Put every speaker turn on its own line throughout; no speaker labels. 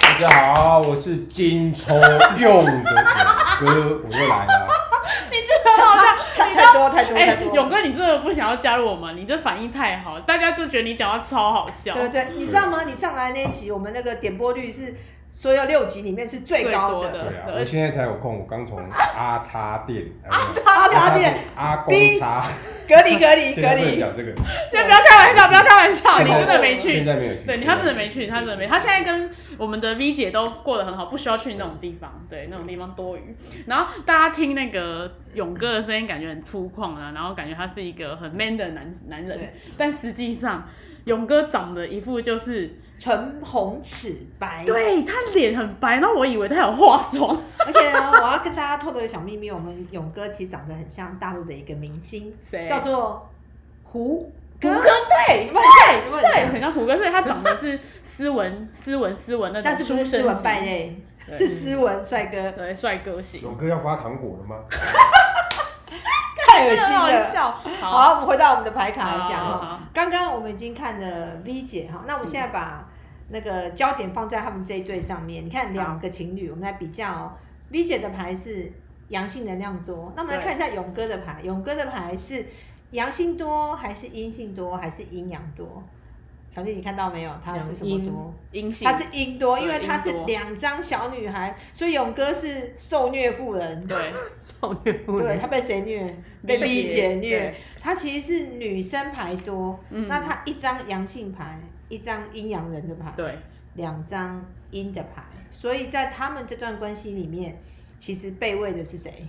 大家好，我是金抽用的勇哥，我又 来了。
你真的好像，
太太多太多
哎、
太多。
勇哥，你真的不想要加入我们？你这反应太好，大家都觉得你讲话超好笑。
对对，你知道吗？你上来那一集，我们那个点播率是所有六集里面是最高
最
的。
多
对啊，
对
我现在才有空，我刚从阿叉 店，阿
阿茶店
阿公叉，
隔离隔离 隔
现在不能
离，
讲这个，
现在不要开玩笑，不要开玩笑，
现
你
在
真的没
现
去。
在没有去。
对，他真的没去，他真的没。他现在跟我们的 V 姐都过得很好，不需要去那种地方，对，那种地方多余。然后大家听那个勇哥的声音，感觉很粗犷啊，然后感觉他是一个很 man 的男男人
对，
但实际上勇哥长得一副就是，
唇红齿白。
对他脸很白，然后我以为他有化妆，
而且呢，我要跟大家透露一个小秘密，我们勇哥其实长得很像大陆的一个明星，
谁
叫做胡
胡
歌
歌，对
有没有很像？有没有很
对，
像
很像胡歌，所以他长得是斯文、 斯文、斯文那种
但是
书
不是
生型，
斯文败类，是
对，嗯
斯文帅哥，
对，帅哥型，
勇哥要发糖果了吗？
太恶
真的
心
很好
了。
笑。
好，我们回到我们的牌卡来
好
讲哦
好
哈。
好
刚刚我们已经看了 V 姐哈，那我们现在把那个焦点放在他们这一对上面。你看两个情侣，我们来比较、哦、V 姐的牌是阳性能量多，那我们来
对
看一下勇哥的
嗯
牌，勇哥的牌是阳性多还是阴性多还是阴阳多？小弟你看到没有？它是什么
阳
多？
阴性，
它是阴多，因为
对
它是
阴多
两张小女孩，所以勇哥是受虐妇人。
对
少女不
对
能
他被谁虐？被
V
V
姐
姐虐
对。
他其实是女生牌多，
嗯
那他一张阳性牌，一张阴阳人的牌，
对
两张阴的牌，所以在他们这段关系里面，其实被位的是谁？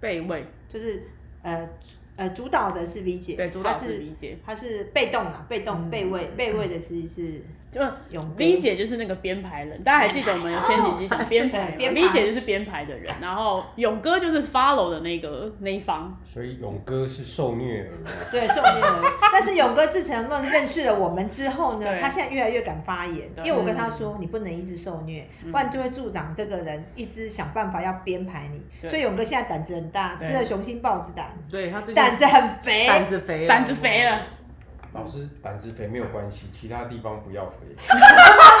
被位，
就是呃主呃主导的是 V 姐，
对，主导
她
是
是
V 姐，嗯
她是被动啊，被动被位被位的其实是
就
勇哥
V 姐就是那个编排人，大家还记得我们有前几集讲编
对
排嘛
编排
，V 姐就是编排的人，然后勇哥就是 follow 的那个那一方，
所以勇哥是受虐儿。
对，受虐儿。但是勇哥自从认认识了我们之后呢，
对
他现在越来越敢发言，
对
因为我跟他说，
嗯
你不能一直受虐，不然就会助长这个人一直想办法要编排你。
对
所以勇哥现在胆子很大，
对
吃了雄心豹子胆，
对他最近
胆子很肥。
胆子肥了，
胆子肥了，
老师胆子肥没有关系，其他地方 不要肥。
哦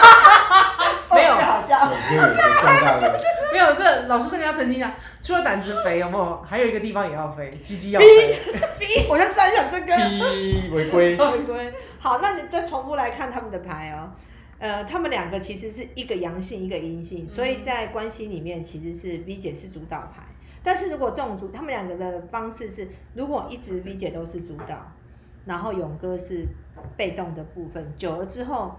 没有
这个好 笑。
因为我们 赚到了，
没有，这老师这个要澄清一下，除了胆子肥，有没有还有一个地方也 要肥，鸡 鸡要肥，
我就在想这个
第一违规。
回归。好，那你再重复来看他们的牌哦。呃，他们两个其实是一个阳性，一个阴
嗯
性，所以在关系里面其实是 V 姐是主导牌。但是如果这种主，他们两个的方式是，如果一直 V 姐都是主导，然后勇哥是被动的部分，久了之后，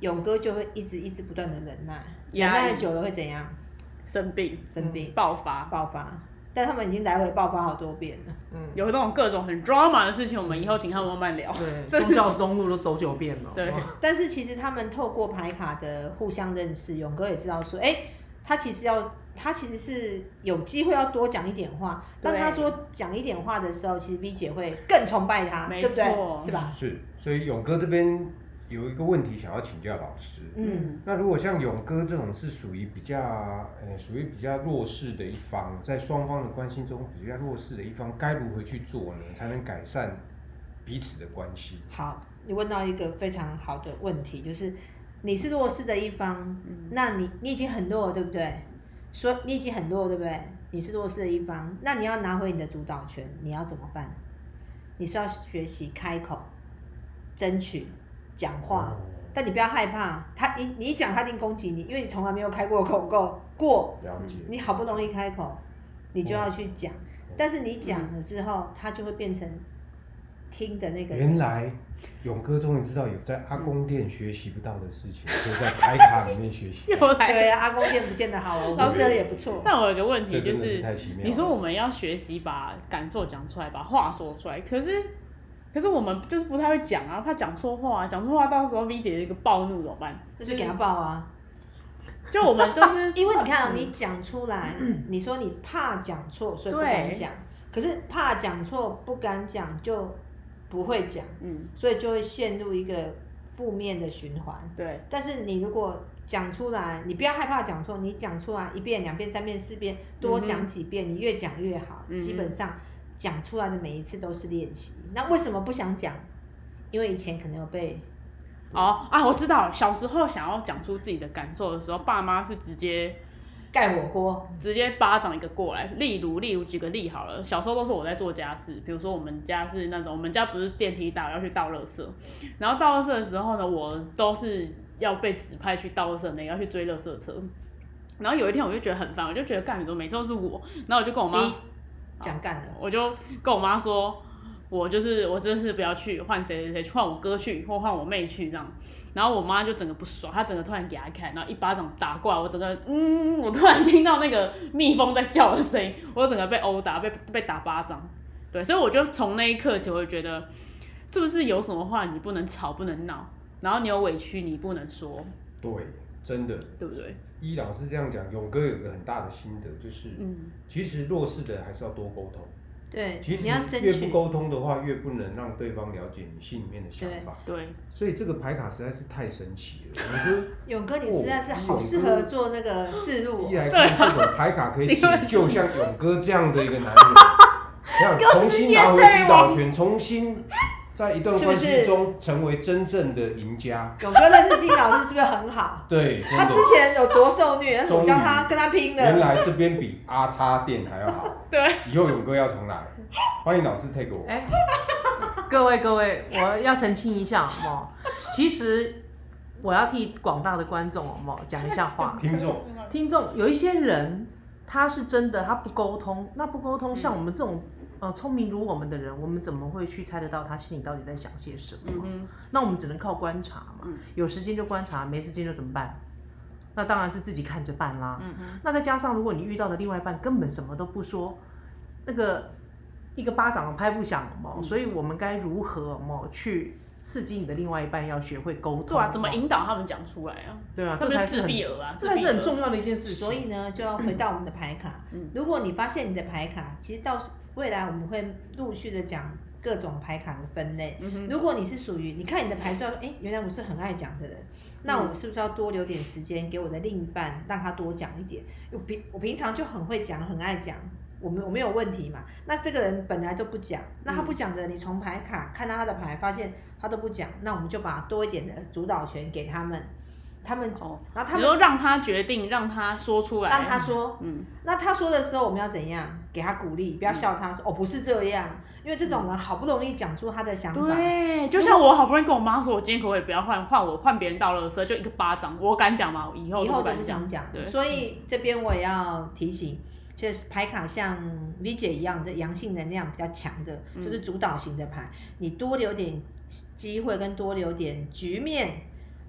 勇哥就会一直一直不断的忍耐，忍
压抑
耐久了会怎样？
生病
生病、
爆发，
爆发。但他们已经来回爆发好多遍了。
嗯，
有那种各种很 drama 的事情，我们以后请他们慢慢聊。
对，忠孝东路都走九遍了，
对
哇
但是其实他们透过牌卡的互相认识，勇哥也知道说，哎、他其实要他其实是有机会要多讲一点话。
对
当他多讲一点话的时候，其实 V 姐会更崇拜他，
没
对不对？
错
是吧？
是，所以勇哥这边有一个问题想要请教老师。
嗯，
那如果像勇哥这种是属于比较，呃，属于比较弱势的一方，在双方的关系中比较弱势的一方，该如何去做呢？才能改善彼此的关系？
好，你问到一个非常好的问题，就是你是弱势的一方，
嗯
那你你已经很弱了，对不对？说你已经很弱了，对不对？你是弱势的一方，那你要拿回你的主导权，你要怎么办？你是要学习开口，争取讲话，
哦
但你不要害怕，他你你一讲他一定攻击你，因为你从来没有开过口过过，
了解。
嗯你好不容易开口，你就要去讲，但是你讲了之后，他就会变成听的那个人
原来勇哥终于知道有在阿公店学习不到的事情，可以在牌卡里面 学习到。
又来
对 啊，阿公店不见得好哦，我
老
们
师
这也不错。
但我有个问题
这
就
真的
是
是，太奇妙了。
你说我们要学习把感受讲出来，把话说出来，可是可是我们就是不太会讲啊，怕讲错话、啊，讲错话到时候 V 姐一个暴怒怎么办？
那就给他报啊，
就我们就 是嗯
因为你看哦，你讲出来，你说你怕讲错，所以不敢
对
讲。可是怕讲错不敢讲，就不会讲，
嗯，
所以就会陷入一个负面的循环。
对
但是你如果讲出来，你不要害怕讲错，你讲出来一遍、两遍、三遍、四遍，多讲几遍，你越讲越好。
嗯嗯哼
基本上讲出来的每一次都是练习。那为什么不想讲？因为以前可能有被
哦啊，我知道了，小时候想要讲出自己的感受的时候，爸妈是直接
盖火锅，
直接巴掌一个过来。例如，例如举个例好了，小时候都是我在做家事，比如说我们家是那种，我们家不是电梯大，要去倒垃圾，然后倒垃圾的时候呢，我都是要被指派去倒垃圾的那个，要去追垃圾车。然后有一天我就觉得很烦，我就觉得干很多，每次都是我，然后我就跟我妈
逼讲干的，
我就跟我妈说，我就是我这次不要去，换谁谁谁去，换我哥去，或换我妹去这样。然后我妈就整个不爽，她整个突然给她看，然后一巴掌打过来，我整个嗯，我突然听到那个蜜蜂在叫的声音，我整个被殴打，被被打巴掌。对，所以我就从那一刻起，我就觉得是不是有什么话你不能吵，不能闹，然后你有委屈你不能说，
对，真的，
对不对？
依老师这样讲，勇哥有个很大的心得，就是
嗯，
其实弱势的还是要多沟通。
对，
其
你
实
要争
越不
取，
沟通的话，越不能让对方了解你心里面的想法。
对，
所以这个牌卡实在是太神奇了。 勇
勇哥你实在是
哦
好适合做那个自
哥
入
一
哦，
来看这种牌卡可以解救像勇哥这样的一 个男人，想重新拿回主导权，重新在一段关系中成为真正的赢家。
勇哥认识金老师是不是很好？
对，真
他
的
之，前有多受虐，但是我
终于
叫他跟他拼
原
的，
来这边比阿叉店还要好。
对，
以后勇哥要重来，欢迎老师 take 我。
哎，各位各位，我要澄清一下 哦，其实我要替广大的观众哦讲一下话。
听众，
听众有一些人，他是真的，他不沟通，那不沟通，像
嗯
我们这种呃聪明如我们的人，我们怎么会去猜得到他心里到底在想些什么？
嗯哼，
那我们只能靠观察嘛
嗯，
有时间就观察，没时间就怎么办？那当然是自己看着办啦。
嗯哼，
那再加上，如果你遇到的另外一半根本什么都不说，那个一个巴掌拍不响嘛，
嗯
所以我们该如何嘛去刺激你的另外一半要学会沟通？
对啊，怎么
哦？
引导他们讲出来啊？
对啊，
他
这
们
才
就是自
很
闭儿啊，
这才是很
自闭儿
重要的一件事情。
所以呢，就要回到我们的牌卡
嗯。
如果你发现你的牌卡，其实到未来我们会陆续的讲各种牌卡的分类。
嗯哼，
如果你是属于你看你的牌照，哎、原来我是很爱讲的人，那
嗯
我是不是要多留点时间给我的另一半，让他多讲一点？我平我平常就很会讲，很爱讲，我没我没有问题嘛。那这个人本来都不讲，那他不讲的，你从牌卡看到他的牌，发现他都不讲，那我们就把多一点的主导权给他们，他们，
哦，
然后他
你
们
说让他决定，让他说出来，
让他说，
嗯，
那他说的时候我们要怎样？给他鼓励，不要笑他说、哦
嗯
不是这样，因为这种人好不容易讲出他的想法。
对，就像我好不容易跟我妈说，我今天可不可以不要换换我换别人倒垃圾，就一个巴掌，我敢讲吗？我以后
以
都
后都
敢
不
讲。
想讲
对。
所以这边我也要提醒，就是牌卡像 V 姐一样的阳性能量比较强的，
嗯
就是主导型的牌，你多留点机会跟多留点局面。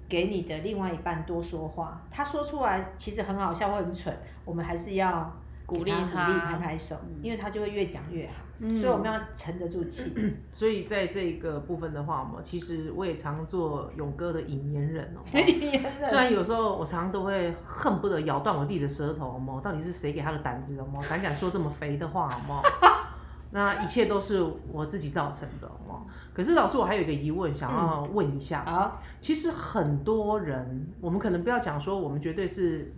给你的另外一半多说话，他说出来其实很好笑或很蠢，我们还是要
鼓
给
励
他鼓励
他
拍拍手，
嗯
因为他就会越讲越好，
嗯
所以我们要沉得住气。
所以在这个部分的话嘛，其实我也常做勇哥的引言人 哦。 虽然有时候我常常都会恨不得咬断我自己的舌头嘛，到底是谁给他的胆子的嘛，胆敢说这么肥的话嘛？ 那一切都是我自己造成的嘛。可是老师，我还有一个疑问想要问一下，
好，
其实很多人，我们可能不要讲说我们绝对是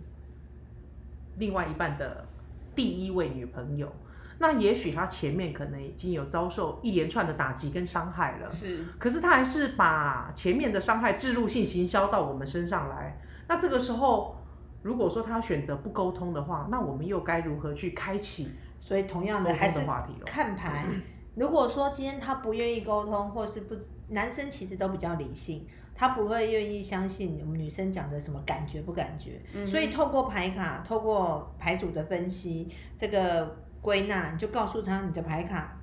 另外一半的第一位女朋友，那也许她前面可能已经有遭受一连串的打击跟伤害了，
是，
可是她还是把前面的伤害置入性行销到我们身上来。那这个时候，如果说她选择不沟通的话，那我们又该如何去开启
所以同样
沟
的
通
还是
的话题了？
看牌。 如果说今天他不愿意沟通，或是不，男生其实都比较理性，他不会愿意相信我们女生讲的什么感觉不感觉。
嗯
所以透过牌卡，透过牌组的分析，这个归纳，你就告诉他你的牌卡，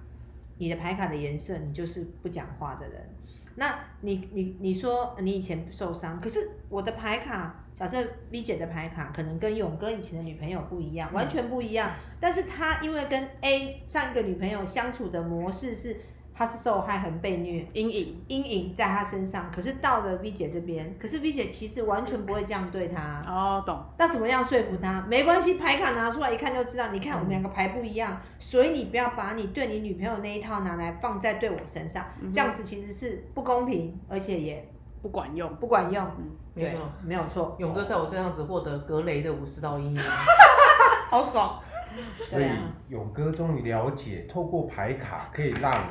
你的牌卡的颜色，你就是不讲话的人。那你你你说你以前受伤，可是我的牌卡，假设 V 姐的牌卡可能跟勇哥以前的女朋友不一样，完全不一样。但是他因为跟 A 上一个女朋友相处的模式是，他是受害很被虐，
阴影，
阴影在他身上。可是到了 V 姐这边，可是 V 姐其实完全不会这样对他。
哦，懂，
那怎么样说服他？没关系，牌卡拿出来一看就知道。你看我们两个牌不一
嗯
样，所以你不要把你对你女朋友那一套拿来放在对我身上，
嗯哼
这样子其实是不公平，而且也
不管用，
不管用。
嗯
没
对
错，
没有错。
勇哥在我身上只获得格雷的五十道 阴影。
好爽，
所
对
以
啊，
勇哥终于了解，透过牌卡可以让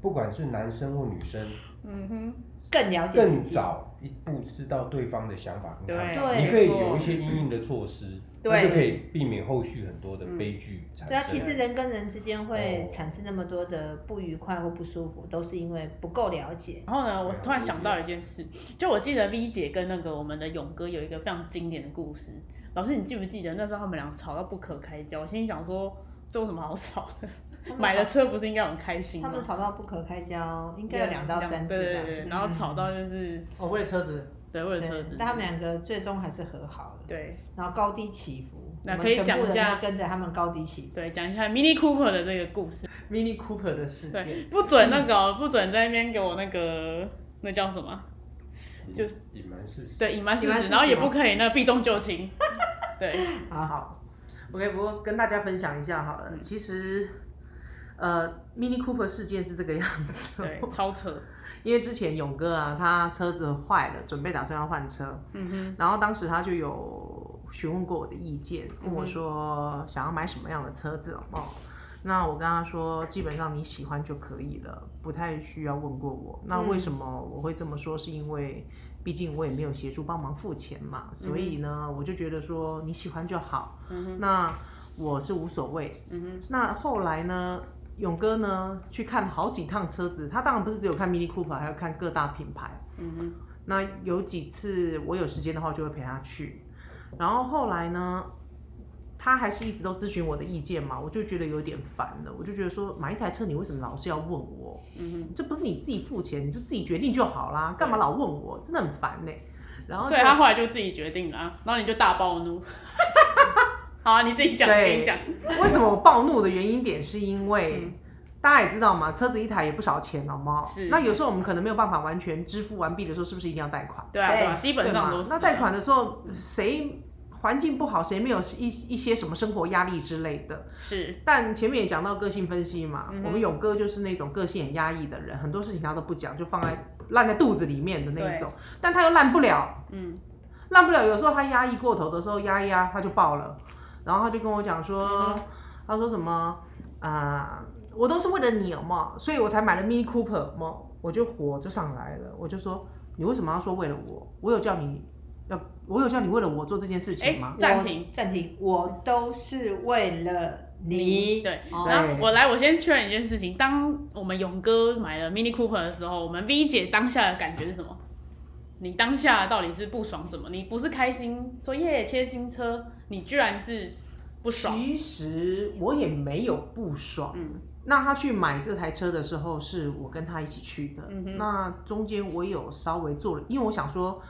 不管是男生或女生，
嗯哼，
更了解自
更
己。
早一步知道对方的想法跟看法，
对
你可以有一些阴影的措施，
对
那就可以避免后续很多的悲剧产生。
对啊，其实人跟人之间会
哦
产生那么多的不愉快或不舒服，都是因为不够了解。
然后呢，我突然想到一件事，就我记得 V 姐跟那个我们的勇哥有一个非常经典的故事。老师，你记不记得那时候他们俩吵到不可开交？我心里想说，这有什么好吵的？买了车不是应该很开心
他
吗
们？吵到不可开交，应该有两到三次
对
吧嗯
对。对，然后吵到就是
哦，为了车子，
对为了车
对
子，
但他们两个最终还是和好了，
对
然后高低起伏，
那
我
可
们
以
全
讲
部
一
人
下
都跟着他们高低起伏。
对讲一下 Mini Cooper 的这个故事。
Mini Cooper 的事件，
不准那个、哦，不准在那边给我那个那叫什么？就
隐瞒事实，
对，隐瞒事
隐瞒
实，
事
然后
实哦
也
吗
不可以那避重就 轻。对，
好好，OK，不过跟大家分享一下好了。其实，呃，Mini Cooper 事件是这个样子哦、
对，超扯。
因为之前勇哥啊，他车子坏了，准备打算要换车，
嗯哼，
然后当时他就有询问过我的意见，问我说想要买什么样的车子哦。那我跟他说，基本上你喜欢就可以了，不太需要问过我。那为什么我会这么说？是因为毕竟我也没有协助帮忙付钱嘛，所以呢，我就觉得说你喜欢就好。那我是无所谓。那后来呢？勇哥呢，去看好几趟车子，他当然不是只有看 Mini Cooper，还要看各大品牌。
嗯
那有几次我有时间的话，我就会陪他去。然后后来呢，他还是一直都咨询我的意见嘛，我就觉得有点烦了。我就觉得说，买一台车你为什么老是要问我？嗯这不是你自己付钱，你就自己决定就好啦，干嘛老问我？真的很烦呢、然后
所以
就
他后来就自己决定了啊，然后你就大暴怒。 好啊、你自己讲，我跟你讲，
为什么我暴怒的原因点是因为。大家也知道嘛，车子一台也不少钱了嘛
嗯是。
那有时候我们可能没有办法完全支付完毕的时候，是不是一定要贷款？
对啊，
对
对啊，基本上
对
都
嘛
是。
那贷款的时候，谁环境不好，谁没有一一些什么生活压力之类的？
是，
但前面也讲到个性分析
嗯
嘛，我们勇哥就是那种个性很压抑的人，很多事情他都不讲，就放在烂在肚子里面的那一种，但他又烂不了，
嗯，
烂不了。有时候他压抑过头的时候，压一压他就爆了，然后他就跟我讲说，
嗯
他说什么啊、我都是为了你有嘛，所以我才买了 Mini Cooper 嘛，我就火就上来了，我就说你为什么要说为了我？我有叫你要，我有叫你为了我做这件事情吗？
暂停
我，暂停，我都是为了你。
对。
哦
然后我来，我先确认一件事情：当我们勇哥买了 Mini Cooper 的时候，我们 V 姐当下的感觉是什么？你当下到底是不爽什么？你不是开心说耶切新车，你居然是不爽。嗯
其实我也没有不爽。那他去买这台车的时候，是我跟他一起去的。
嗯
那中间我有稍微做了，因为我想说，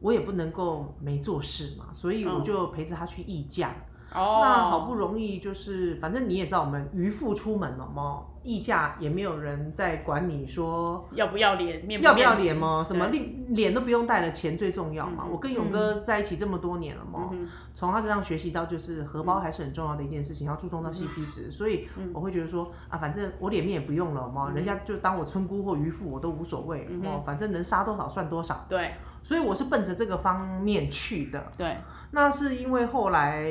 我也不能够没做事嘛，所以我就陪着他去议价。
嗯哦，
那好不容易就是，反正你也知道，我们渔夫出门了嘛，议价也没有人在管你说
哦要不要脸，面
要不
面
要
子
脸吗？什么
对
脸脸都不用带了，钱最重要嘛。
嗯
我跟勇哥在一起这么多年了嘛，从他身上学习到就是荷包还是很重要的一件事情，要注重到 CP 值。所以我会觉得说啊，反正我脸面也不用了嘛，人家就当我村姑或渔夫我都无所谓哦，反正能杀多少算多少。
对
所以我是奔着这个方面去的。
对，
那是因为后来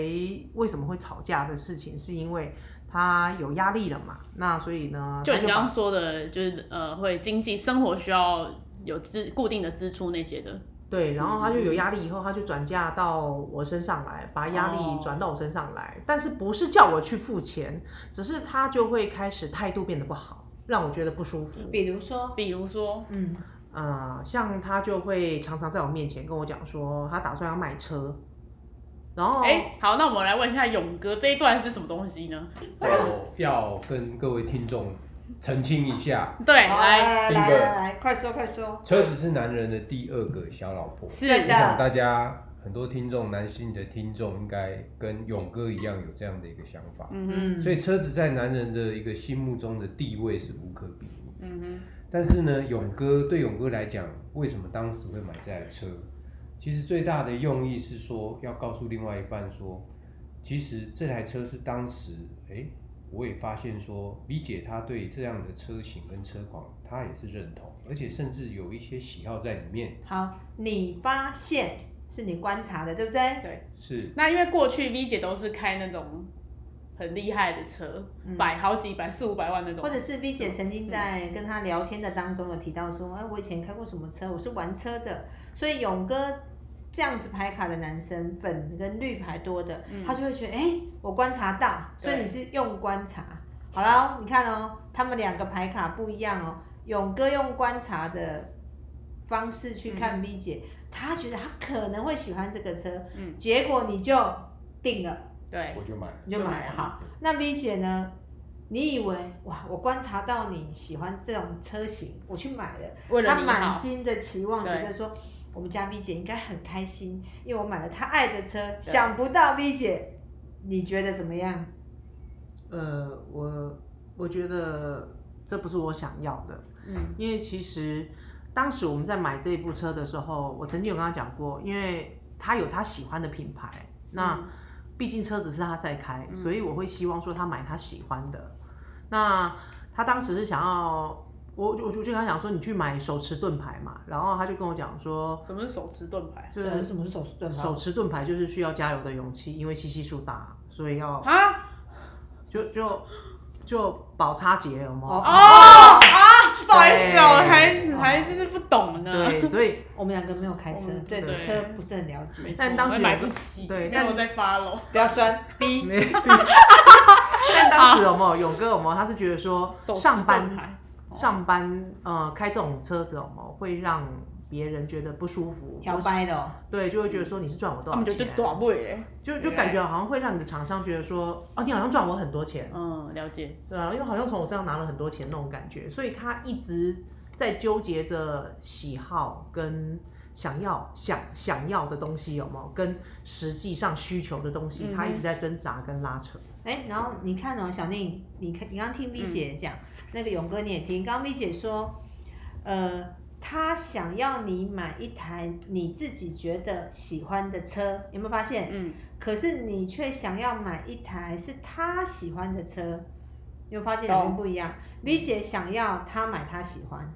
为什么会吵架的事情，是因为他有压力了嘛？那所以呢，
就
他
你
就
刚刚
把
说的，就是呃，会经济生活需要有支固定的支出那些的，
对，然后他就有压力，以后他就转嫁到我身上来，把压力转到我身上来，但是不是叫我去付钱，只是他就会开始态度变得不好，让我觉得不舒服。
比如说，
比如说，
嗯，
呃，像他就会常常在我面前跟我讲说，他打算要卖车，然后
哎、好，那我们来问一下勇哥这一段是什么东西呢？
我要跟各位听众澄清一下，
对，
哦
好
来
来来
第一
来
个
来来，快说快说。
车子是男人的第二个小老婆。
是
对啊
我
的
想大家很多听众，男性的听众应该跟勇哥一样有这样的一个想法。
嗯
嗯，
所以车子在男人的一个心目中的地位是无可比拟。
哼，嗯
但是呢，勇哥对勇哥来讲，为什么当时会买这台车？其实最大的用意是说，要告诉另外一半说，其实这台车是当时，诶，我也发现说，理解他对这样的车型跟车款，他也是认同，而且甚至有一些喜好在里面。
好，你发现是你观察的，对不对？
哼，对。
是
那因为过去 V 姐都是开那种很厉害的车，
嗯
百好几百、四五百万那种
或。者是 V 姐曾经在跟他聊天的当中有提到说，哎、我以前开过什么车，我是玩车的，所以勇哥这样子牌卡的男生，粉跟绿牌多的，他就会觉得，哎、我观察到，所以
对
你是用观察。好了，你看哦，他们两个牌卡不一样哦，勇哥用观察的方式去看 V 姐，他觉得他可能会喜欢这个车，
嗯
结果你就定了。
对，
我就买了。
你就买了。好，那 V 姐呢？你以为哇，我观察到你喜欢这种车型，我去买了，
为了
她
你
满
好，
心的期望，觉
对
得说我们家 V 姐应该很开心，因为我买了她爱的车。
对
想不到 V 姐，你觉得怎么样？
呃，我我觉得这不是我想要的，
嗯，
因为其实当时我们在买这一部车的时候，我曾经有跟他讲过，因为他有他喜欢的品牌，那
嗯
毕竟车子是他在开，所以我会希望说他买他喜欢的。那他当时是想要。我我就跟他讲说，你去买手持盾牌嘛，然后他就跟我讲说，
什么是手持盾牌？
这
对，呃什么是手势盾
手持盾牌就是需要加油的勇气，因为七系数大，所以要
啊
就就就保差节有吗？
哦
哦
啊！不好意思哦，
对
还还就是不懂呢。
对，所 以
我们两个没有开车
我们，
对
对
车不是很了
没
解，
错
但当时
我也买不起，因
对
为
但
我在发喽。
不要酸逼。
没。 但当时有没有勇哥有没有？他是觉得说
手持
上
盾
班
牌
上班呃开这种车子有没有会让别人觉得不舒服？
摇摆的哦，
对，嗯就会觉得说你是赚我多
他们
少
就就
钱？啊
短尾嘞。
就就感觉好像会让你的厂商觉得说哦，你好像赚我很多钱，
嗯，了解。
对啊，因为好像从我身上拿了很多钱那种感觉，所以他一直在纠结着喜好跟想要想想要的东西有没有，跟实际上需求的东西，
嗯哼
他一直在挣扎跟拉扯。
哎，然后你看哦，小宁，你看你刚刚
嗯
听 V 姐讲，那个勇哥你也听，刚刚 V 姐说，呃，她想要你买一台你自己觉得喜欢的车，有没有发现？
嗯，
可是你却想要买一台是她喜欢的车，你有没有发现
懂嗯
两边不一样？V 姐想要她买她喜欢，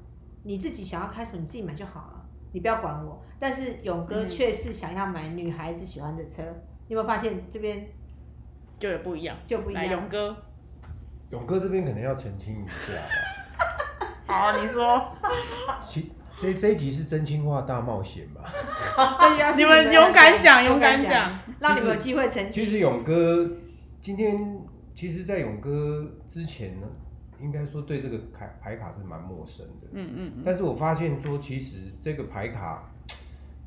你自己想要开什么你自己买就好了，你不要管我。但是勇哥
嗯
却是想要买女孩子喜欢的车，你有没有发现这边
就也不一样。
就不一
来，
样
勇？哥，
勇哥这边可能要澄清一下，
好，啊你说，
其这这一集是真心话大冒险嘛？
这就要是
你
们
们勇敢讲，勇
敢
敢，讲。
让你们有机会澄
其
清。
实勇哥今天，其实，在勇哥之前呢，应该说对这个卡牌卡是蛮陌生的。
嗯嗯
但是我发现说，其实这个牌卡，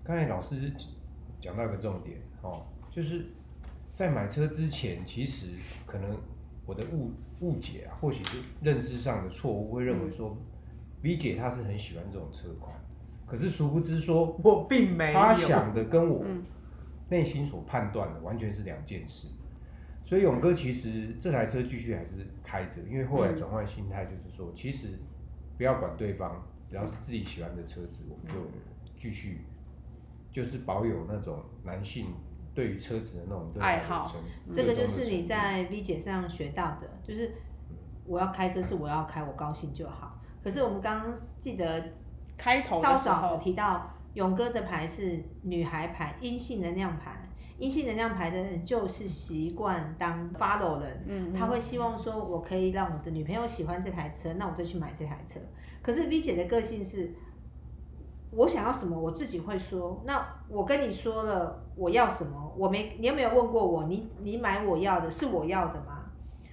刚才老师讲到一个重点哦，就是在买车之前，其实可能我的误误解啊，或许是认知上的错误，会认为说
嗯
V 姐她是很喜欢这种车款，可是殊不知说
我并没
她想的跟我
嗯
内心所判断的完全是两件事。所以勇哥其实这台车继续还是开着，因为后来
嗯
转换心态就是说，其实不要管对方，只要是自己喜欢的车子，我们就
嗯
继续，就是保有那种男性对于车子的那种对
爱好嗯
程度
这个就是你在 V 姐上学到的，就是我要开车是我要开，我高兴就好。可是我们刚刚记得
嗯，开头的
稍
时
早有
候，
提到勇哥的牌是女孩牌，阴性能量牌。阴性能量牌的人就是习惯当 follow 人，
嗯，
他会希望说，我可以让我的女朋友喜欢这台车，那我就去买这台车。可是 V 姐的个性是，我想要什么我自己会说。那我跟你说了我要什么，我没你有没有问过我？你你买我要的是我要的吗？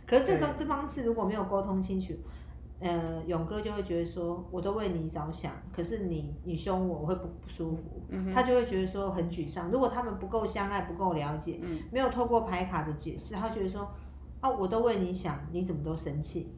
可是这个这方式如果没有沟通清楚，呃，勇哥就会觉得说，我都为你着想，可是你你凶我，我会不不舒服。
嗯哼
他就会觉得说很沮丧。如果他们不够相爱，不够了解，
嗯
没有透过牌卡的解释，他觉得说啊，我都为你想，你怎么都生气？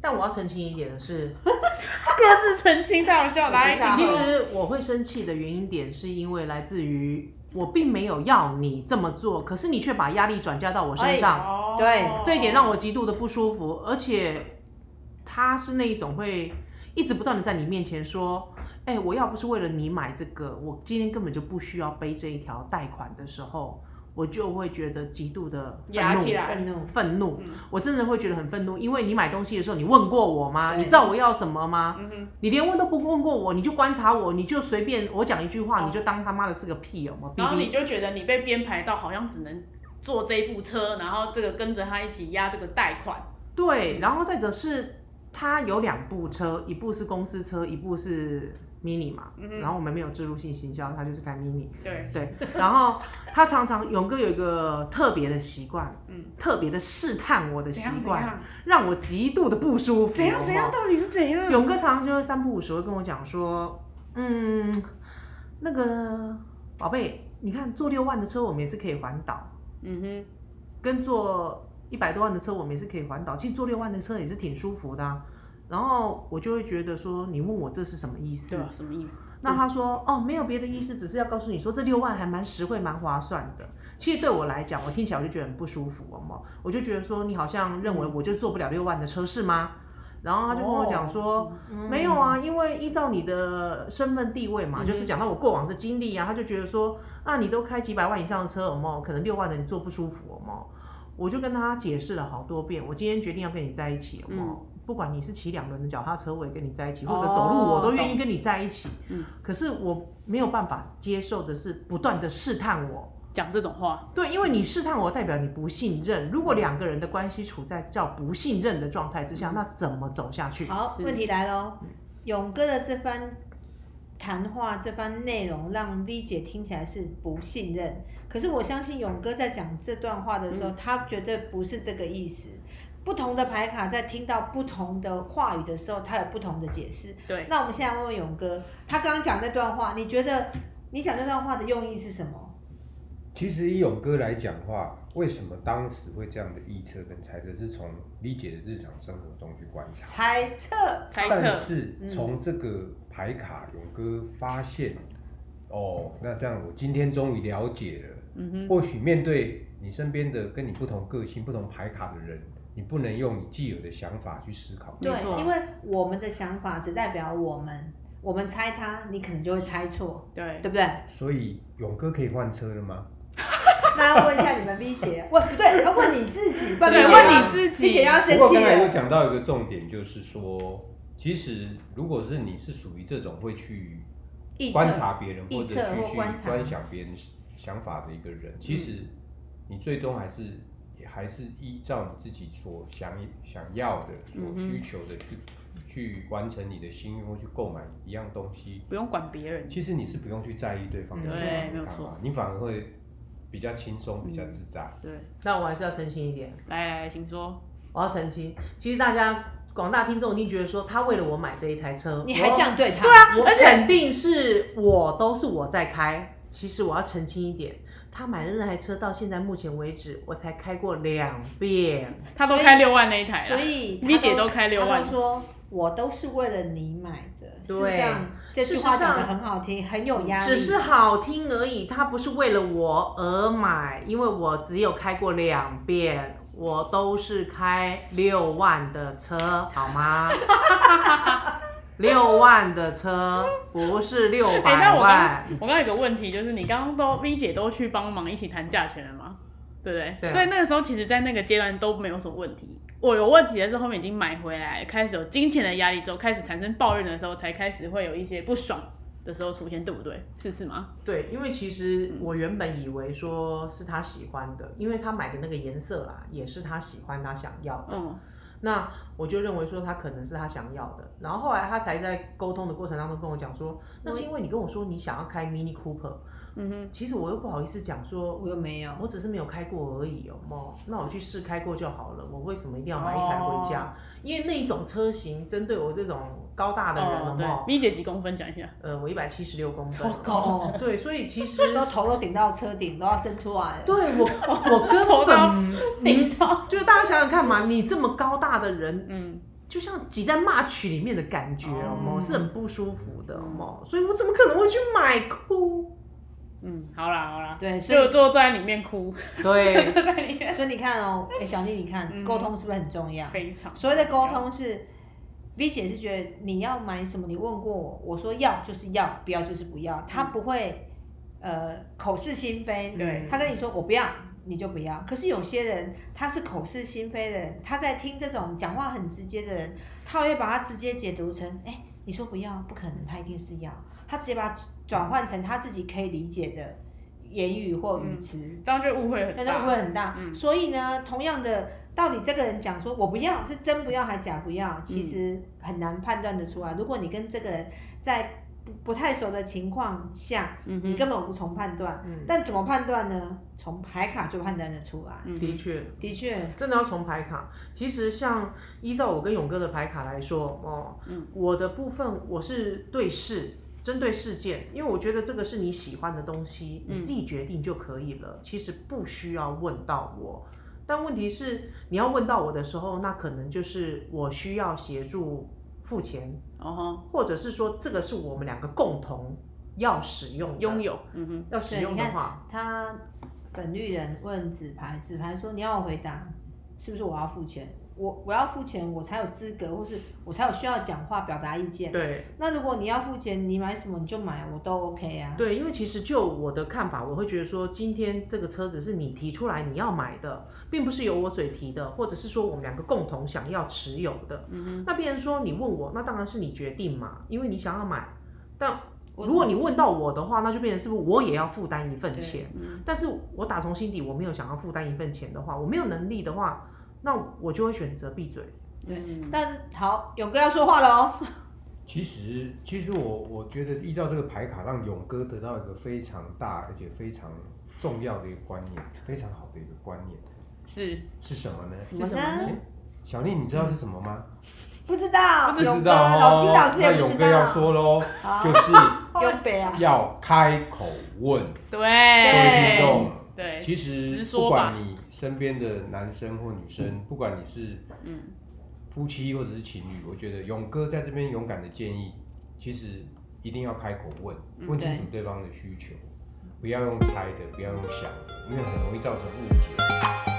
但我要澄清一点的是，
各 自澄清，太好笑了。来，
然后
其实我会生气的原因点是因为来自于我并没有要你这么做，可是你却把压力转嫁到我身上，
哦
对
这一点让我极度的不舒服。而且他是那一种会一直不断的在你面前说：“哎、我要不是为了你买这个，我今天根本就不需要背这一条贷款的时候，我就会觉得极度的愤
压
怒
起。”来
愤怒，
愤怒
嗯，
我真的会觉得很愤怒，因为你买东西的时候，你问过我吗？
对
你知道我要什么吗？
嗯哼，
你连问都不问过我，你就观察我，你就随便我讲一句话，
哦
你就当他妈的是个屁哦，我逼
然后你
逼。
就觉得你被编排到好像只能坐这一部车，然后这个跟着他一起押这个贷款。
对，然后再者是它有两部车，一部是公司车，一部是 mini 嘛。
嗯哼
然后我们没有植入性行销，它就是开 mini。
对，
对，然后他常常勇哥有一个特别的习惯，
嗯，
特别的试探我的
怎
习
样怎
惯，
样
让我极度的不舒服。
怎样
好不
怎
好
样，到底是怎样？嗯
勇哥常常就会三不五时会跟我讲说，嗯，那个宝贝，你看坐六万的车我们也是可以环岛，
嗯哼，
跟坐一百多万的车我们也是可以环岛，其实坐六万的车也是挺舒服的啊、然后我就会觉得说，你问我这是什么意思
对？啊，什么意思？
那他说哦，没有别的意思，只是要告诉你说这六万还蛮实惠、蛮划算的。其实对我来讲，我听起来我就觉得很不舒服，哦嘛，我就觉得说你好像认为我就坐不了六万的车是吗？然后他就跟我讲说，没有啊，因为依照你的身份地位嘛，
嗯
就是讲到我过往的经历啊，他就觉得说，那你都开几百万以上的车，哦嘛，可能六万的你坐不舒服，哦嘛。我就跟他解释了好多遍，我今天决定要跟你在一起，哦嘛，不管你是骑两轮的脚踏车，我也跟你在一起，或者走路，
哦
我都愿意跟你在一起。
嗯
可是我没有办法接受的是不断的试探我。
讲这种话，
对，因为你试探我，代表你不信任。如果两个人的关系处在叫不信任的状态之下，那怎么走下去？
好，
是嗯
问题来喽，勇哥的这番谈话、这番内容让 V 姐听起来是不信任，可是我相信勇哥在讲这段话的时
嗯
候，他绝对不是这个意思。不同的牌卡在听到不同的话语的时候，他有不同的解释。
对，
那我们现在问问勇哥，他刚刚讲那段话，你觉得你讲那段话的用意是什么？
其实以勇哥来讲的话，为什么当时会这样的臆测跟猜测，是从理解的日常生活中去观察。
猜测。
猜
但
测，
是从这个牌卡，勇哥发现，哦，那这样我今天终于了解了。
嗯哼，
或许面对你身边的跟你不同个性、不同牌卡的人，你不能用你既有的想法去思考。
对
没错，
因为我们的想法只代表我们，我们猜他，你可能就会猜错，
对，
对不对？
所以勇哥可以换车了吗？
那要问一下你们 V 姐，问不对，要问你自己，不然 V
对，
姐
问你
要
自
V 姐
己，
要
不
生
过
气
刚才有
了。
讲到一个重点，就是说，其实如果是你是属于这种会去
臆测
观察别人或
臆
者
测
去
或
去
观察嗯
观想别人想法的一个人，其实你最终还是也还是依照你自己所想想要的、所
嗯哼
需求的去、去完成你的心愿或去购买一样东西。
不用管别人，
其实你是不用去在意对方的
嗯
想
对
法
没有
跟看
错
法，你反而会比较轻松、比较自在。
嗯
对，
那我还是要澄清一点，
来来来，请说，
我要澄清。其实大家广大听众一定觉得说，他为了我买这一台车，
你还
我
这样对他？
对啊，
我
而且
肯定是我都是我在开。其实我要澄清一点，他买的那台车到现在目前为止，我才开过两遍。
他都开六万那一台
所
了，
以他
啊 V 姐都开六
他
万
都，说我都是为了你买的。
对
事实上，这句话
事实上
讲的很好听，很有压力。
只是好听而已，他不是为了我而买，因为我只有开过两遍，我都是开六万的车，好 吗？六万的车不是六
哎、
百
那我
万，
刚我刚有个问题，就是你刚刚都 V 姐都去帮忙一起谈价钱了吗？对不对？
对啊
所以那个时候其实，在那个阶段都没有什么问题。我有问题的时候，后面已经买回来，开始有金钱的压力之后，开始产生抱怨的时候，才开始会有一些不爽的时候出现，对不对？是是吗？
对，因为其实
嗯
我原本以为说是他喜欢的，因为他买的那个颜色啦，也是他喜欢他想要的。
嗯，
那我就认为说他可能是他想要的，然后后来他才在沟通的过程当中跟我讲说，那是因为你跟我说你想要开 Mini Cooper，
嗯哼，
其实我又不好意思讲说，
我又没有，
我只是没有开过而已，哦，哦，那我去试开过就好了，我为什么一定要买一台回家？
哦
因为那一种车型针对我这种高大的人，
哦
哦，，哦
对，V 姐几公分讲一下，
呃，我一百七十六公分
超，高
哦，
对，所以其实
都头都顶到车顶，都要伸出来了。
对我我根
头到
本
顶到，
就是大家想想看嘛，你这么高大的人，
嗯，
就像挤在 match 里面的感觉哦，
哦
是很不舒服的哦，所以我怎么可能会去买哭？
嗯，好啦好啦，
对，所
就
以
坐在里面哭，
对，
坐在里面
所以你看哦，哎，小丽，你看
嗯
沟通是不是很重要？
非常
所谓的沟通是，V 姐是觉得你要买什么，你问过我，我说要就是要，不要就是不要，她不会呃口是心非，
嗯对
她跟你说我不要。你就不要。可是有些人他是口是心非的人，他在听这种讲话很直接的人，他会把它直接解读成：哎、你说不要，不可能，他一定是要。他直接把它转换成他自己可以理解的言语或
嗯
语词，
这样就误会很
但是误
大。
会很大。
嗯
所以呢，同样的，到底这个人讲说我不要是真不要还假不要，其
嗯
实很难判断得出来。如果你跟这个人在不不太熟的情况下，
嗯
你
哼，
根本无从判断。
嗯，
但怎么判断呢？从牌卡就判断得出来。
嗯
的
哼，
确，
的确，
真的要从牌卡。其实像依照我跟勇哥的牌卡来说，哦，
嗯
我的部分我是对事。针对事件，因为我觉得这个是你喜欢的东西，
嗯
你自己决定就可以了。其实不需要问到我，但问题是你要问到我的时候，那可能就是我需要协助付钱，
哦
或者是说这个是我们两个共同要使用
吼，
的
拥有，嗯哼，
要使用的话，
他本律人问纸牌，纸牌说你要我回答，是不是我要付钱？我我要付钱，我才有资格，或是我才有需要讲话表达意见。
对
那如果你要付钱，你买什么你就买，我都 OK 啊。
对，因为其实就我的看法，我会觉得说，今天这个车子是你提出来你要买的，并不是由我嘴提的，或者是说我们两个共同想要持有的。
嗯
那别人说你问我，那当然是你决定嘛，因为你想要买。但
我
如果你问到我的话，那就变成是不是我也要负担一份
对
钱？
嗯
但是我打从心底我没有想要负担一份钱的话，我没有能力的话，那我就会选择闭嘴。
对
嗯
但是好，勇哥要说话哦喽。
其实，其实我我觉得依照这个牌卡，让勇哥得到一个非常大而且非常重要的一个观念，非常好的一个观念
是
是什么呢？
什么
是什么
呢？
小丽，你知道是什么吗？
不知道，
不知
啊勇哥，
道哦。
老金老师也
那
不
勇
知
哥要
道。
说喽，
好
就是
勇北啊，
要开口问各位听
对
众。
对，
其实
直说
不
吧
管你身边的男生或女生，不管你是
嗯
夫妻或者是情侣，我觉得勇哥在这边勇敢的建议，其实一定要开口问，
嗯
问清楚对方的需求，不要用猜的，不要用想的，因为很容易造成误解。